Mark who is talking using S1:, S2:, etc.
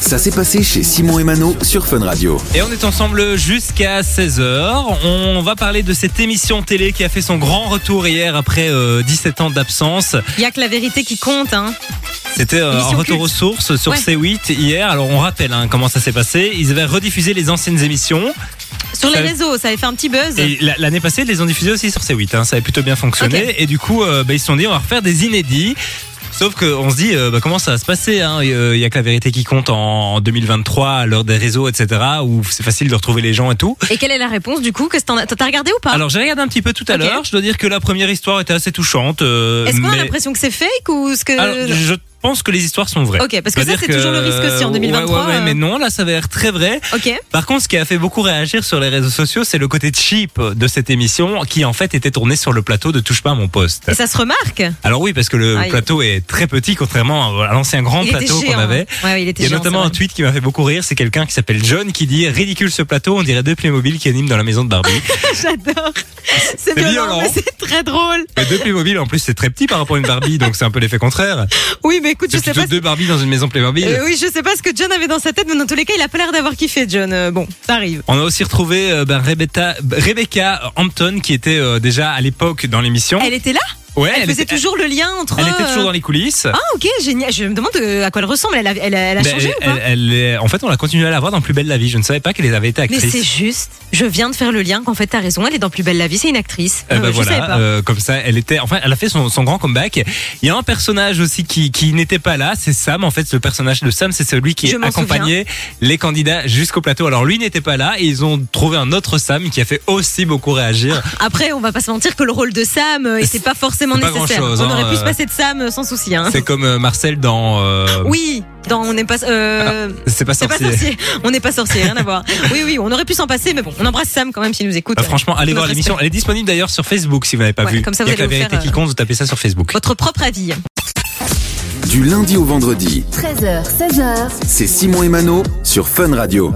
S1: Ça s'est passé chez Simon et Mano sur Fun Radio.
S2: Et on est ensemble jusqu'à 16h. On va parler de cette émission télé qui a fait son grand retour hier après euh, 17 ans d'absence.
S3: Il n'y a que la vérité qui compte. Hein.
S2: C'était euh,
S3: Émission
S2: un retour
S3: culte.
S2: aux sources sur
S3: Ouais.
S2: C8 hier. Alors on rappelle hein, comment ça s'est passé. Ils avaient rediffusé les anciennes émissions.
S3: Sur les
S2: Ça-
S3: réseaux, ça avait fait un petit buzz.
S2: Euh, Et la- l'année passée, ils les ont diffusés aussi sur C8. hein. Ça avait plutôt bien fonctionné. Et du coup, euh, bah, ils se sont dit, on va refaire des inédits. Sauf qu'on se dit, euh, bah, comment ça va se passer hein Il n'y a que la vérité qui compte en en 2023, à l'heure des réseaux, etc., où c'est facile de retrouver les gens et tout.
S3: Et quelle est la réponse du coup Qu'est-ce que t'en as- T'as regardé ou pas
S2: Alors, j'ai regardé un petit peu tout à
S3: Ah. Ok.
S2: l'heure. Je dois dire que la première histoire était assez touchante. euh,
S3: Est-ce qu'on a
S2: mais-
S3: l'impression que c'est fake ou ce que.
S2: Alors, je pense que les histoires sont vraies.
S3: Ok, parce que
S2: Je dois
S3: ça,
S2: dire
S3: c'est toujours le risque si en
S2: Ouais,
S3: 2023,
S2: ouais, ouais,
S3: euh,
S2: mais non, là, ça avait l'air très vrai.
S3: Ok.
S2: Par contre, ce qui a fait beaucoup réagir sur les réseaux sociaux, c'est le côté cheap de cette émission qui en fait était tournée sur le plateau de Touche pas à mon poste.
S3: Et ça se remarque
S2: Alors oui, parce que le
S3: Aïe.
S2: plateau est très petit contrairement à l'ancien grand
S3: Il était
S2: plateau qu'on
S3: géant.
S2: avait.
S3: Ouais, ouais, il était
S2: Il y a
S3: géant,
S2: notamment
S3: c'est
S2: un
S3: vrai.
S2: tweet qui m'a fait beaucoup rire, c'est quelqu'un qui s'appelle John qui dit ridicule ce plateau, on dirait deux Playmobil qui animent dans la maison de Barbie.
S3: J'adore. C'est
S2: C'est
S3: violent,
S2: violent.
S3: mais c'est très drôle.
S2: Mais deux Playmobil en plus c'est très petit par rapport à une Barbie, donc c'est un peu l'effet contraire.
S3: Oui, mais écoute, je
S2: C'est
S3: sais
S2: plutôt
S3: pas. si-
S2: deux Barbie dans une maison Playmobil.
S3: Euh, oui, je sais pas ce que John avait dans sa tête, mais dans tous les cas, il a pas l'air d'avoir kiffé, John. Euh, bon, ça arrive.
S2: On a aussi retrouvé euh, ben, Rebecca, Rebecca Hampton qui était euh, déjà à l'époque dans l'émission.
S3: Elle était là
S2: ouais,
S3: Elle, faisait
S2: était-
S3: toujours le lien entre.
S2: Elle était toujours dans
S3: euh,
S2: les coulisses.
S3: Ah, ok, génial. Je me demande euh, à quoi elle ressemble. Elle a, elle a- elle a
S2: Ben,
S3: changé ou
S2: elle-
S3: pas
S2: elle est- En fait, on a continué à la voir dans Plus belle la vie. Je ne savais pas qu'elle avait été
S3: Mais c'est
S2: actrice.
S3: juste. Je viens de faire le lien qu'en fait, t'as raison. Elle est dans Plus Belle la Vie, c'est une actrice.
S2: Euh,
S3: Euh,
S2: ben
S3: je
S2: voilà,
S3: savais pas.
S2: euh, comme ça, elle était. Enfin, elle a fait son, son grand comeback. Il y a un personnage aussi qui, qui n'était pas là, c'est Sam. En fait, le personnage de Sam, c'est celui qui
S3: Je m'en
S2: accompagnait les candidats jusqu'au plateau. Alors lui n'était pas là et ils ont trouvé un autre Sam qui a fait aussi beaucoup réagir.
S3: Après, on va pas se mentir que le rôle de Sam euh, était pas forcément
S2: c'est pas
S3: nécessaire.
S2: grand-chose,
S3: on
S2: hein,
S3: aurait pu se
S2: euh,
S3: passer de Sam euh, sans souci. Hein.
S2: C'est comme euh, Marcel dans. euh,
S3: Oui, dans on n'est pas. euh,
S2: C'est pas
S3: C'est pas
S2: Ah, sorcier.
S3: sorcier. On n'est pas sorcier, rien à voir. Oui, oui, on aurait pu s'en passer, mais bon, on embrasse Sam quand même s'il nous écoute.
S2: Bah, franchement, allez
S3: Notre
S2: voir l'émission.
S3: respect.
S2: Elle est disponible d'ailleurs sur Facebook si vous n'avez pas
S3: Ouais,
S2: vu.
S3: comme ça,
S2: Il y a
S3: vous
S2: que la
S3: allez vous
S2: vérité
S3: faire,
S2: qui
S3: euh,
S2: compte, vous tapez ça sur Facebook.
S3: Votre propre avis.
S1: Du lundi au vendredi,
S4: 13h, 16h,
S1: c'est Simon et Mano sur Fun Radio.